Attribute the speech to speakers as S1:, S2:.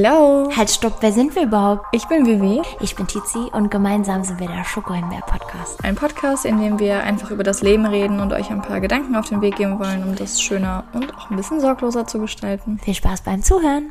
S1: Hello,
S2: Halt, stopp, wer sind wir überhaupt?
S1: ich bin Vivi.
S2: Ich bin Tizi und gemeinsam sind wir der Schokohimbeer-Podcast.
S1: Ein Podcast, in dem wir einfach über das Leben reden und euch ein paar Gedanken auf den Weg geben wollen, um das schöner und auch ein bisschen sorgloser zu gestalten.
S2: Viel Spaß beim Zuhören!